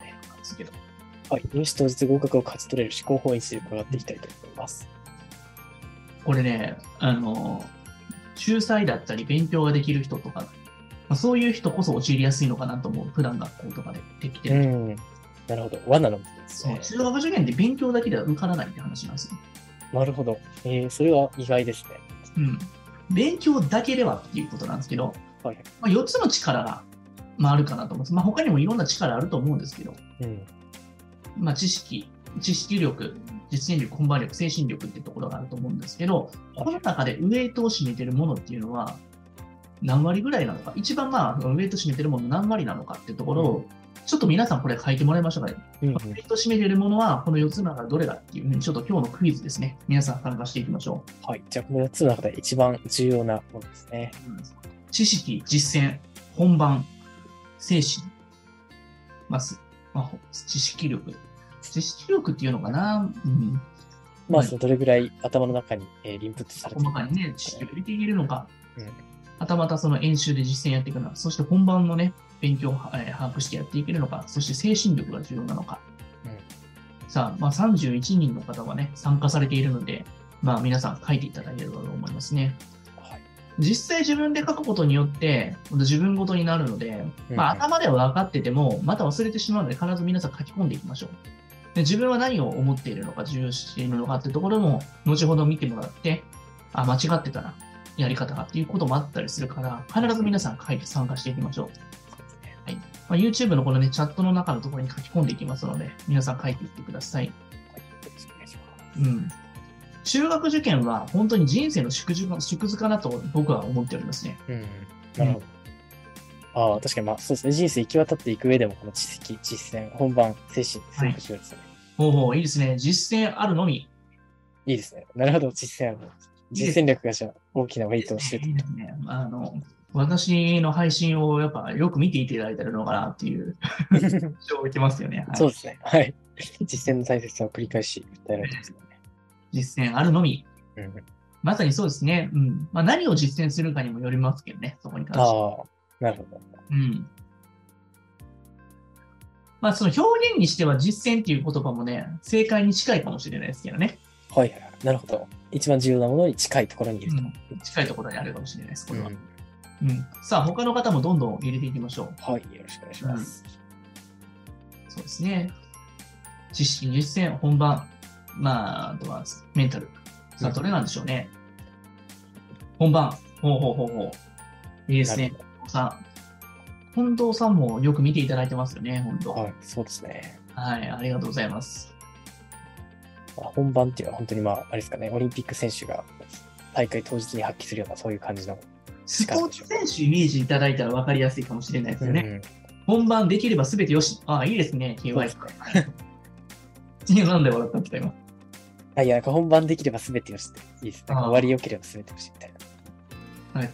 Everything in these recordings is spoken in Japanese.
ですけど。はい、入試当日合格を勝ち取れる思考法について伺っていきたいと思います。これね、あの、仲裁だったり勉強ができる人とか、まあ、そういう人こそ陥りやすいのかなと思う。普段学校とかでできてうる人。ん、なるほど、罠なんですそうね。中学受験って勉強だけでは受からないって話なんですよ。なるほど、えー、それは意外ですね。うん。勉強だけではっていうことなんですけど、はいまあ、4つの力が、まあ、あるかなと思うんです。まあ、他にもいろんな力あると思うんですけど、うん、まあ、知識、知識力、実践力、本番力、精神力っていうところがあると思うんですけど、この中でウェイトを占めてるものっていうのは、何割ぐらいなのか、一番まあ、ウェイト占めてるもの何割なのかっていうところを、ちょっと皆さんこれ書いてもらいましょうかね。うん、うんウェイト占めてるものは、この4つの中でどれだっていうふうに、ちょっと今日のクイズですね、皆さん参加していきましょう。はい、じゃあこの4つの中で一番重要なものですね。知識、実践、本番、精神、まあ、すまあほ知識力。知識力っていうのかな、うん、まあ、はいそのどれぐらい頭の中に、えー、インプットされて細かにね、知識を入れていけるのか、うんはたまたその演習で実践やっていくのか、そして本番のね、勉強を、えー把握してやっていけるのか、そして精神力が重要なのか。さあ、まあ、31人の方がね、参加されているので、まあ、皆さん書いていただければと思いますね。はい実際自分で書くことによって、本当自分ごとになるので、うんまあ、頭では分かってても、また忘れてしまうので、必ず皆さん書き込んでいきましょう。で自分は何を思っているのか、重要視しているのかってところも、後ほど見てもらって、あ、間違ってたな、やり方がっていうこともあったりするから、必ず皆さん書いて参加していきましょう。はいまあ、YouTube のこのね、チャットの中のところに書き込んでいきますので、皆さん書いていってください。はいよろしくお願いしますうん。中学受験は本当に人生の縮図か縮図かなと僕は思っておりますね。うん、なるほど。ああ、確かに、まあ、そうですね。人生行き渡っていく上でも、この知識、実践、本番、精神、すごく重要ですね。ほうほう、いいですね。実践あるのみ。い、いですね。なるほど、実践。実践力がじゃあ大きなウェイトをしてる いいですね。あの、私の配信をやっぱよく見ていただいてるのかなっていうと。印象を受けますよね。はいそうですね。はい。実践の大切さを繰り返し訴えられてますよね。実践あるのみ。うん、まさにそうですね。うん。まあ、何を実践するかにもよりますけどね、そこに関しては。ああ、なるほど。うん。まあ、その表現にしては実践っていう言葉もね、正解に近いかもしれないですけどね。はいはいはい。なるほど。一番重要なものに近いところにいると。うん近いところにあるかもしれないです、これは。うんうんさあ、他の方もどんどん入れていきましょう。はい、よろしくお願いします。そうですね。知識、実践、本番、まあ、あとはメンタル。さあ、うんどれなんでしょうね。本番。ほうほうほうほう。いいですね。なる近藤さん。近藤さんもよく見ていただいてますよね、本当。ほどはい、はい、そうですね。ありがとうございます。まあ本番っていうのは本当にまあ、あれですかね、オリンピック選手が大会当日に発揮するような、そういう感じの。スポーツ選手イメージいただいたら分かりやすいかもしれないですよね。うん本番できれば全てよし。ああ、いいですね、そう KY で。すか なんで笑ったんですか、今。あいや、なんか本番できれば全てよしっていいです。なんかあー終わりよければ全てよしみたいな。はい、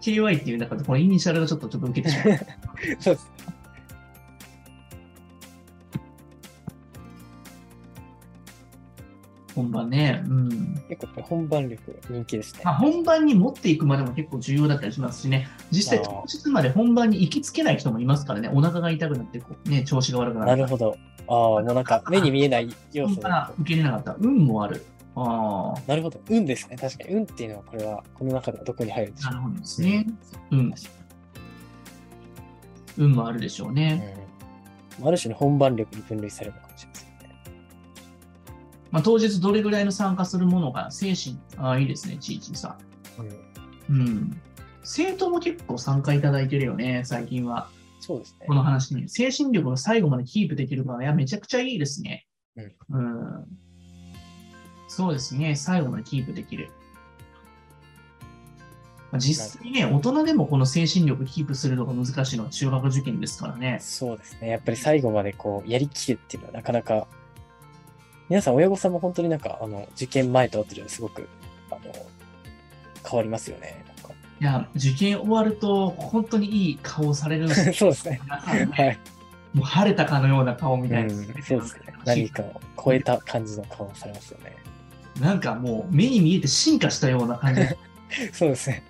KY っていう中で、このイニシャルがちょっとちょっと受けてしまう。そうです。本番ね。うん。結構本番力人気ですねま。あ、本番に持っていくまでも結構重要だったりしますしね。実際あー当日まで本番に行きつけない人もいますからね。お腹が痛くなって、こうね、調子が悪くななる。るほど。ああ、もうなんか目に見えない要素本だ番が受けれなかった。運もある。ああ、なるほど。運ですね。確かに。運っていうのは、これは、この中ではどこに入るんでしょなうるほどですね。うん。運もあるでしょうね。うんある種の本番力に分類されるのかもしれませんね。まあ、当日どれぐらいの参加するものが、精神、ああ、いいですね、ちいちさん。うんうん。生徒も結構参加いただいてるよね、最近は。そうですねこ。の話に。精神力を最後までキープできる場合はめちゃくちゃいいですね。うん。そうですね。最後までキープできる。まあ実際ね、大人でもこの精神力キープするのが難しいのは中学受験ですからね。そうですね。やっぱり最後までこう、やりきるっていうのはなかなか、皆さん、親御さんも本当になんか、あの、受験前と後ですごく、あの、変わりますよね。なんかいや、受験終わると本当にいい顔をされるんですよ そうですね。皆さんはねい。もう晴れたかのような顔みうたいん、な。そうですね。何かを超えた感じの顔をされますよね。なんかもう目に見えて進化したような感じ。そうですね。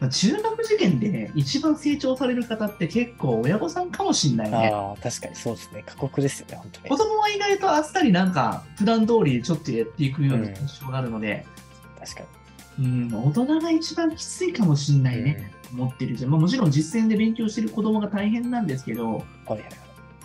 まあ中学受験で、ね、一番成長される方って結構親御さんかもしんないね。ああ、確かにそうですね。過酷ですよね、本当に子。供は意外とあっさりなんか、普段通りちょっとやっていくようなうん印象があるので、確かうん、大人が一番きついかもしんなに。いね、思ってるじゃん。まあ、もちろん実践で勉強してる子供が大変なんですけど、うん。はいはい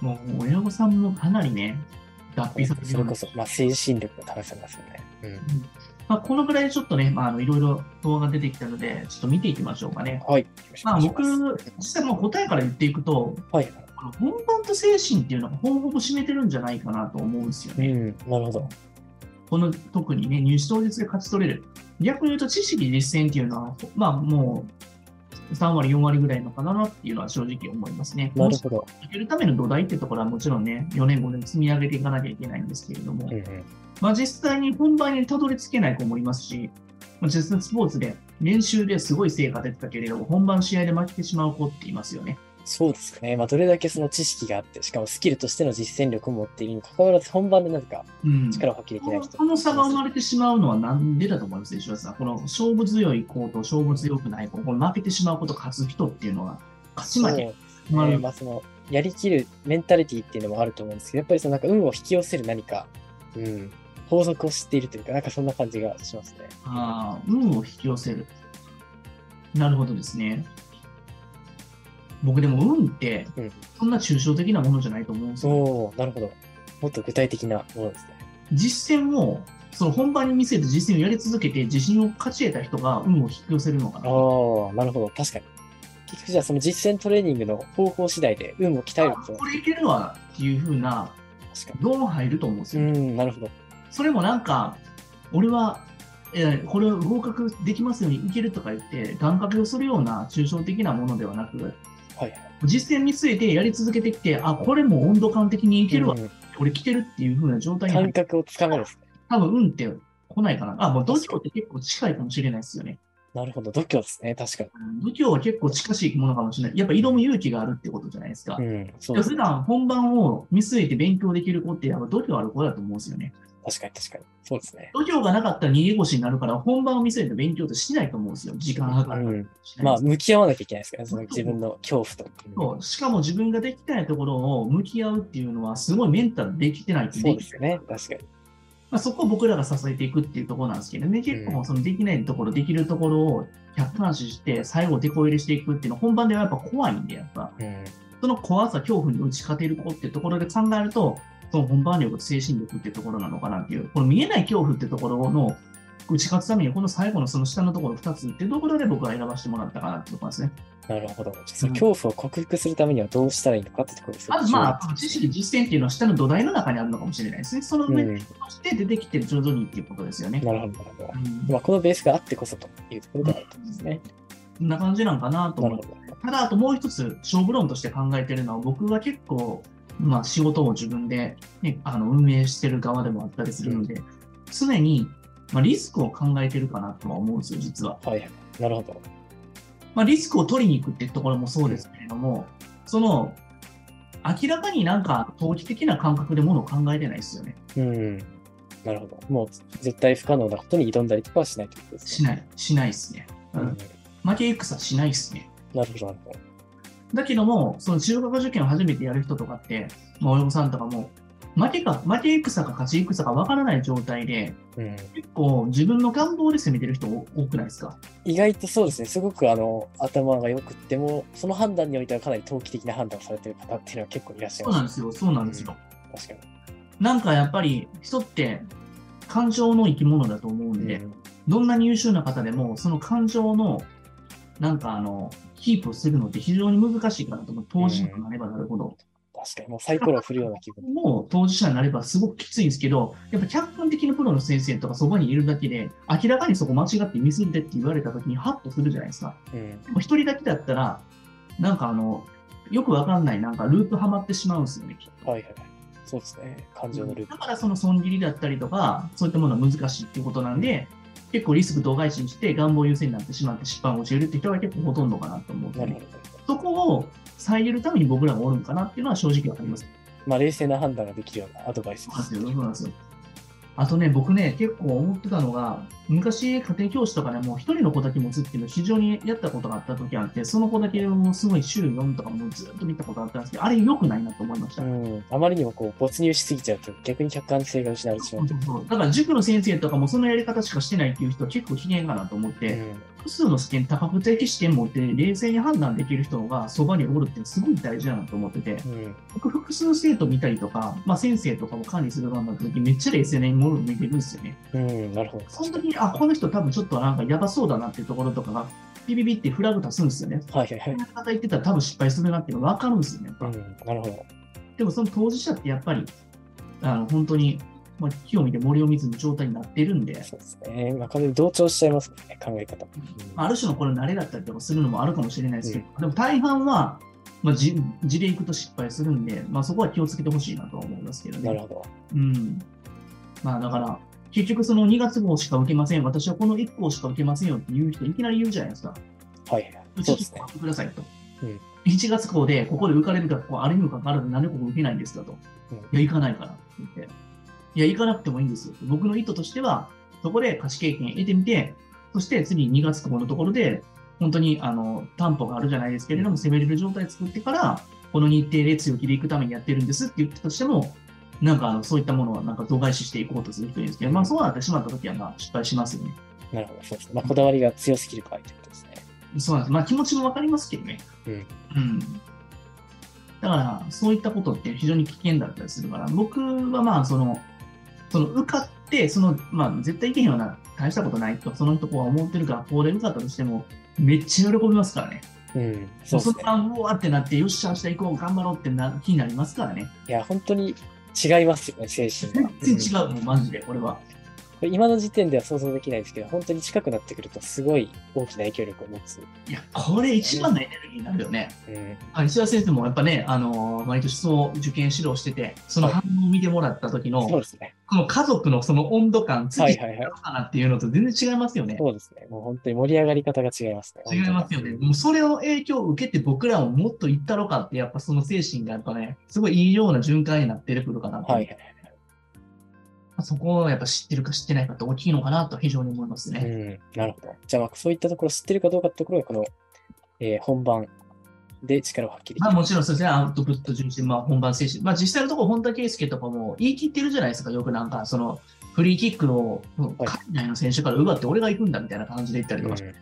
もう親御さんもかなりね、脱はい。皮させるそようれなこそ、まあ、精神力が試されますよね。うん。まあ、このぐらいちょっとね、まあ、あのいろいろ動画出てきたので、ちょっと見ていきましょうかね。はい。まあ、僕お願いし、実際もう答えから言っていくと、ますはいはこの本番と精神っていうのがほぼほぼ占めてるんじゃないかなと思うんですよい。ね。うん、なるほど。この特にね、入試当日で勝ち取れる。逆に言うと、知識実践っていうのは、まあもう3割、4割ぐらいのかなっていうのは正直思いますね。なるほど。受けるための土台ってところはもちろんね、4年、5年積み上げていかなきゃいけないんですけれども、うんうん。まあ、実際に本番にたどり着けない子もいますし、まあ、実際スポーツで練習ですごい成果出てたけれども、本番試合で負けてしまう子っていますよね。そうですね。まあ、どれだけその知識があって、しかもスキルとしての実践力を持っているにもかかわらず、本番で何かうん、力を発揮できこないの人。この差が生まれてしまうのはなんでだと思いますね、石橋さん。この勝負強い子と勝負強くない子、この負けてしまうこと勝つ人っていうのは、勝ち負けが生ままれあ、る。まあそのやりきるメンタリティっていうのもあると思うんですけどやっぱりそのなんか運を引き寄せる何か、うん、法則を知っているというかなんかそんな感じがしますね。ああ、運を引き寄せる。なるほどですね。僕でも運ってうん、そんな抽象的なものじゃないと思うんですよ。おーなるほどもっと具体的なものですね。実践も、その本番に見せて実践をやり続けて自信を勝ち得た人が運を引き寄せるのかな。ああなるほど確かに。結局じゃあその実践トレーニングの方法次第で運を鍛えることこれいけるわっていう風な、確かどう入ると思うんですに。よ。うんなるほど。それもなんか、俺は、えーこれを合格できますようにいけるとか言って、願掛けをするような抽象的なものではなく、はいはい。実践見据えてやり続けてきて、あ、これも温度感的にいけるわ、うん俺来てるっていう風な状態に入感る、覚をつかめるんですね。多分運って来ないかな。あ、もう度胸って結構近いかもしれないですよね。なるほど度胸ですね確かに。うん度胸は結構近しいものかもしれない。やっぱ色も勇気があるってことじゃないですか。うんそうでです普段本番を見据えて勉強できる子ってやっぱ度胸ある子だと思うんですよね。確かに確かにそうですね。度胸がなかったら逃げ腰になるから本番を見据えて勉強ってしないと思うんですよ。時間計うるからんしないまあです向き合わなきゃいけないですからねその自分の恐怖と。そうしかも自分ができてないところを向き合うっていうのはすごいメンタルできてないとそうでできすないね、確かに。まあ、そこを僕らが支えていくっていうところなんですけどね、結構そのできないところ、できるところを客観視して最後手こ入れしていくっていうのは本番ではやっぱ怖いんで、やっぱ。うん、その怖さ、恐怖に打ち勝てる子ってところで考えると、その本番力、精神力ってところなのかなっていう、この見えない恐怖ってところの打ち勝つために、この最後のその下のところ2つっていうところで僕は選ばせてもらったかなってところですね。なるほど。その恐怖を克服するためにはどうしたらいいのかってところですよあと、まあ、知識、実践っていうのは下の土台の中にあるのかもしれないですね。そのう上ん、となるして出てきてる徐々にっていうことですよね。ほど、なるほど。うんまあ、このベースがあってこそというところであると思うんですね。こんな感じなんかなとな思るっほて。ど。ただ、あともう一つ、勝負論として考えてるのは、僕は結構、まあ、仕事を自分で、ね、あの運営してる側でもあったりするので、常に、まあ、リスクを考えてるかなとは思うんですよ、実は。はいはい。なるほど。まあ、リスクを取りに行くってところもそうですけれども、その、明らかになんか、投機的な感覚でものを考えてないですよね。うん。なるほど。もう絶対不可能なことに挑んだりとかはしないということですしね。ない、しないですね。ううんん、負け戦しないですね。なるほど、なるほど。だけども、その中学受験を初めてやる人とかって、まあ、親御さんとかも、負けか、負け戦か勝ち戦か分からない状態で、うん、結構自分の願望で攻めてる人多くないですか意外とそうですね、すごくあの頭が良くっても、その判断においてはかなり投機的な判断をされている方っていうのは結構いらっしゃいそうなんま。ですすよ、そうなんですよ。確かに。なんかやっぱり人って感情の生き物だと思うんで、うんどんなに優秀な方でも、その感情の、なんかあの、キープするのって非常に難しいかなと思う。当事者になればなるほど。確かに、もうサイコロを振るような気分。もう当事者になればすごくきついんですけど、やっぱ客観的なプロの先生とかそばにいるだけで、明らかにそこ間違ってミスってって言われた時にハッとするじゃないですか。うん、でも一人だけだったら、なんかあの、よくわかんない、なんかループはまってしまうんですよね、きっとはいはいはい。そうですね。感情のループ。だからその損切りだったりとか、そういったものは難しいっていうことなんで、結構リスク度外視にして願望優先になってしまって失敗を教えるって人が結構ほとんどかなと思うのなるでほ、ど。そこを遮るために僕らがおるんかなっていうのは正直わかります。まあ、冷静な判断ができるようなアドバイスそうなんですよ、です。そうなんですよ。あとね、僕ね、結構思ってたのが、昔、家庭教師とかでも、一人の子だけ持つっていうのを非常にやったことがあった時あって、その子だけをすごい週4とかもずっと見たことあったんですけど、あれ良くないなと思いました。うん。あまりにもこう、没入しすぎちゃうと、逆に客観性が失われてしまそううとそいうそう。うだから塾の先生とかもそのやり方しかしてないっていう人は結構危険かなと思って、うん複数の試験、多角的試験持って冷静に判断できる人がそばにおるってすごい大事だなと思ってて、うん。僕複数生徒見たりとか、まあ、先生とかも管理する側になった時めっちゃ冷静にものを見てるんですよね。うん。なるほど。その時に、あ、この人多分ちょっとなんかやばそうだなっていうところとかが、ビビビってフラグ立つんですよね。はいはいはこんい。な方言ってたら多分失敗するなっていうの分かるんですよね。やっぱうん。なるほど。でもその当事者ってやっぱり、あの本当に、まあ、木を見て森を見ずの状態になってるんで、そうですね。まあ、完全に同調しちゃいますもんね、考え方。まあある種のこれ慣れだったりとかするのもあるかもしれないですけど、でも大半は、まあ、じ事例いくと失敗するんで、まあ、そこは気をつけてほしいなとは思いますけどなるね。ほど。うん。まあだから、結局その2月号しか受けません、私はこの1号しか受けませんよっていう人いきなり言うじゃないですか。はいはい。そうですね。くださいと。うん1月校でここで受かれる学校あるにもかかわらず何でここ受けないんですかと。うんいや、行かないからって言って。いや、行かなくてもいいんですよ。僕の意図としては、そこで貸し経験得てみて、そして次2月校のところで、本当にあの担保があるじゃないですけれども、攻めれる状態作ってから、この日程で強気で行くためにやってるんですって言ったとしても、なんかあのそういったものはなんか度外視していこうとする人いるんですけど、まあそうなってしまったときはまあ失敗しますよね。なるほど。そうですね。まあ、こだわりが強すぎる場合ということですね。そうなんです。まあ気持ちもわかりますけどね。うんうんだから、そういったことって非常に危険だったりするから、僕はまあ、その、その受かって、その、まあ、絶対いけへんような、大したことないと、その人は思ってる学校で受かったとしても、めっちゃ喜びますからね。うん。そうでのすね。ままうわーってなって、よっしゃ、明日行こう、頑張ろうってな気になりますからね。いや、本当に違いますよね、精神が。全然違うんう、もうマジで、これは。これ今の時点では想像できないですけど、本当に近くなってくると、すごい大きな影響力を持つ。いや、これ一番のエネルギーになるよね。うん。あ石田先生もやっぱね、あの毎年そう受験指導してて、その反応を見てもらった時の、そうですね。この家族のその温度感、次はいどはいうはい。かなっていうのと全然違いますよね。そうですね。もう本当に盛り上がり方が違いますね。違いますよね。本もうそれを影響を受けて僕らももっと行ったろかって、やっぱその精神がやっぱね、すごいいいような循環になってくるかなと当に。はいそこをやっぱ知ってるか知ってないかって大きいのかなと非常に思いますはい。ね。うん。なるほど。じゃあ、まあそういったところ知ってるかどうかってところが、この、えー本番で力を発揮できる。まあもちろんそうですね、アウトプット重視、まあ本番精神。まあ実際のところ本田圭佑とかも言い切ってるじゃないですか、よくなんか、そのフリーキックをうんはい海外の選手から奪って俺が行くんだみたいな感じで言ったりとかして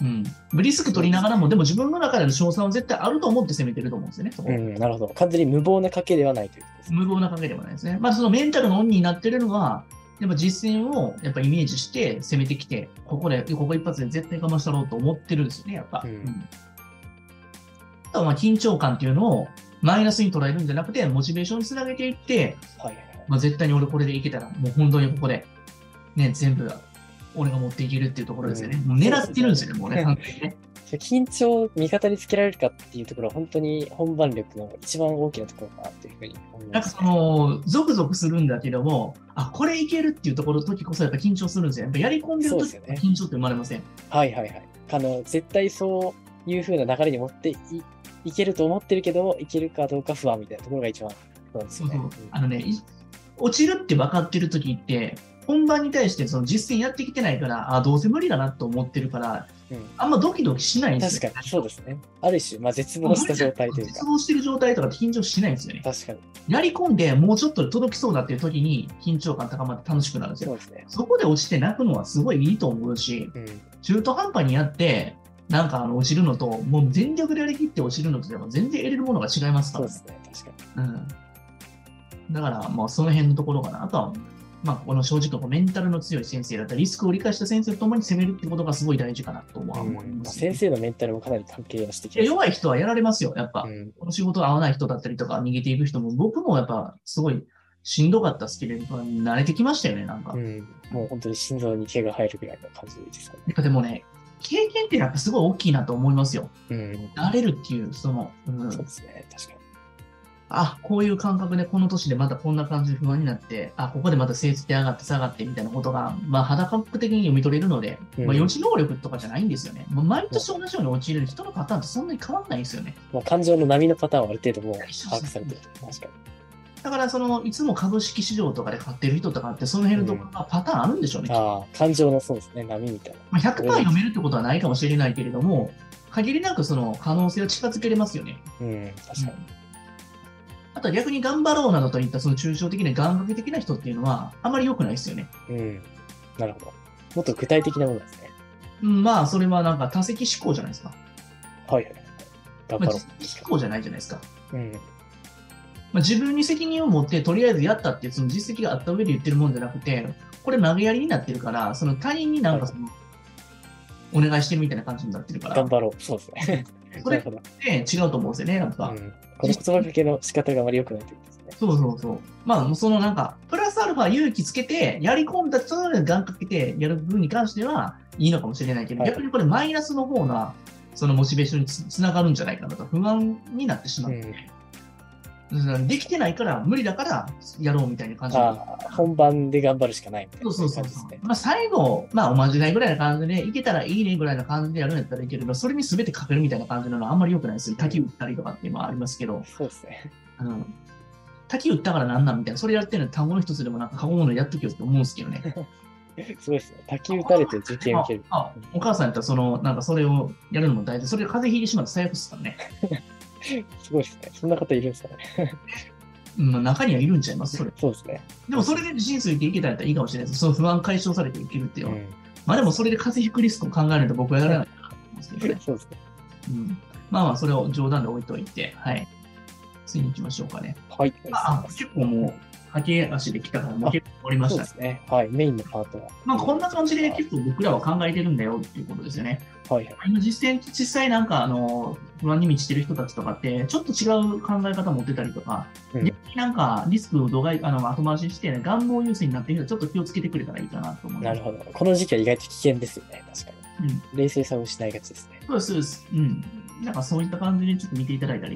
うんうん、リスク取りながらも、でも自分の中での賞賛は絶対あると思って攻めてると思うんですよね、そこうん、なるほど。完全に無謀な賭けではないということですね。無謀な賭けではないですね。まあ、そのメンタルのオンになってるのは、やっぱ実戦をやっぱイメージして攻めてきて、ここで、ここ一発で絶対かましたろうと思ってるんですよね、やっぱ。うんあとはまあ緊張感っていうのをマイナスに捉えるんじゃなくて、モチベーションにつなげていって、はいはいはい。まあ、絶対に俺これでいけたら、もう本当にここで、ね、全部俺が持っていけるっていうところですよね。うんもう狙ってるんですよね、もうね、完全にね。じゃあ緊張を味方につけられるかっていうところは、本当に本番力の一番大きなところかなというふうに思いなんまかすそ。の、ゾクゾクするんだけども、あ、これいけるっていうところの時こそやっぱ緊張するんですよ。やっぱやり込んでるそうで時すよね緊張って生まれません。はいはいはい。あの、絶対そういうふうな流れに持っていいけると思ってるけど、いけるかどうか不安みたいなところが一番そうですそうよね。そう。あのね、い落ちるって分かってる時って、本番に対してその実践やってきてないから、あ、どうせ無理だなと思ってるから、うんあんまドキドキしないんうんですよ。確かに、そうですね。ある種、まあ、絶望した状態というか絶、望してる状態とかって緊張しないんですよね。確かに、やり込んで、もうちょっとで届きそうだっていう時に緊張感高まって楽しくなるんですそよ。うですね。そこで落ちて泣くのはすごいいいと思うし、うん、中途半端にやって、なんかあの落ちるのと、もう全力でやりきって落ちるのとでも全然得れるものが違いますかそうらでね、すね、確かに。うん、だから、まあ、その辺のところかな。あとは、まあ、この正直、こうメンタルの強い先生だったり、リスクを理解した先生と共に攻めるってことがすごい大事かなとは思いうんままあす、先生のメンタルもかなり関係をしてきいやます。弱い人はやられますよ、やっぱ。うん、この仕事が合わない人だったりとか、逃げていく人も、僕もやっぱ、すごいしんどかったですけれど、慣れてきましたよね、なんか。うん、もう本当に心臓に毛が生えるぐらいの感じですかね。やっぱでもね、経験ってやっぱすごい大きいなと思いますよ。うん、慣れるっていう、その、うんそうですね、確かに。あ、こういう感覚でこの年でまたこんな感じで不安になって、あ、ここでまた成績上がって下がってみたいなことが、まあ、肌感覚的に読み取れるので、うんまあ、予知能力とかじゃないんですよね。もう毎年同じように陥れる人のパターンってそんなに変わんないんですよね。まあ、感情の波のパターンはある程度もう把一緒です握されてると。確かだから、その、いつも株式市場とかで買ってる人とかって、その辺のところがパターンあるんでしょうね。きっとああ、感情のそうですね、波みたいな。まあ、100%読めるってことはないかもしれないけれども、限りなくその可能性を近づけれますよね。うん、確かに。あとは逆に頑張ろうなどといったその抽象的な願掛け的な人っていうのは、あまり良くないですよね。うん。なるほど。もっと具体的なものですね。うんまあ、それはなんか多席思考じゃないですか。はいはいはい。頑まあ、張自ろ責思考じゃないじゃないですか。う。うん。まあ、自分に責任を持って、とりあえずやったっていうその実績があった上で言ってるもんじゃなくて、これ投げやりになってるから、その他人になんかその、お願いしてるみたいな感じになってるか頑ら、張ろう。そうですね。そ なれるっほど。て違うと思うんですよね、やっぱ。うん。この言葉かけの仕方があまり良くないということですね。そうそうそう。まあ、もうそのなんか、プラスアルファ勇気つけて、やり込んだ人の願掛けてやる分に関してはいいのかもしれないけど、はい逆にこれマイナスの方な、そのモチベーションにつつながるんじゃないかなと、不安になってしまう。うん。うんできてないから、無理だからやろうみたいな感じで。ああ、本番で頑張るしかないみたいそなうそうそう感じでそすう、ね。まあ、最後、まあ、おまじないぐらいな感じで、いけたらいいねぐらいな感じでやるんやったらいいけれど、それに全てかけるみたいな感じなのはあんまり良くないですよ。滝打ったりとかっていうのはありますけど。そうですね。あの、滝打ったからなんなんみたいな、それやってるの単語の一つでもなんか過去問のやっときよって思うんですけどね。すごいですね。滝打たれて受験受ける。あお母さんやったらその、なんかそれをやるのも大事。それで風邪ひいてしまうと最悪ですからね。すごいですね。そんな方いるんですかね。うんまあ、中にはいるんちゃいます、それ。そうですね。でもそれで人生でいけたらいいかもしれないです。その不安解消されていけるっていううのは。ん。まあでもそれで風邪ひくリスクを考えると僕はやらないかなと思うんですけどね。そうですね。うん、まあまあ、それを冗談で置いといて、はい。次に行きましょうかね。はい。ああ、結構もう、駆け足で来たから、もう結構終わりましそうたでね。すね。はい。メインのパートは。まあ、こんな感じで結構僕らは考えてるんだよっていうことですよね。はいはい。今実践、実際なんかあの、不安に満ちてる人たちとかって、ちょっと違う考え方持ってたりとか、うん逆になんかリスクを度外、あの、後回しにして、願望優先になってる人はちょっと気をつけてくれたらいいかなと思う。なるほど。この時期は意外と危険ですよね。確かうんに。冷静さを失いがちですね。そうです、そうです。うん。なんかそういった感じでちょっと見ていただいたり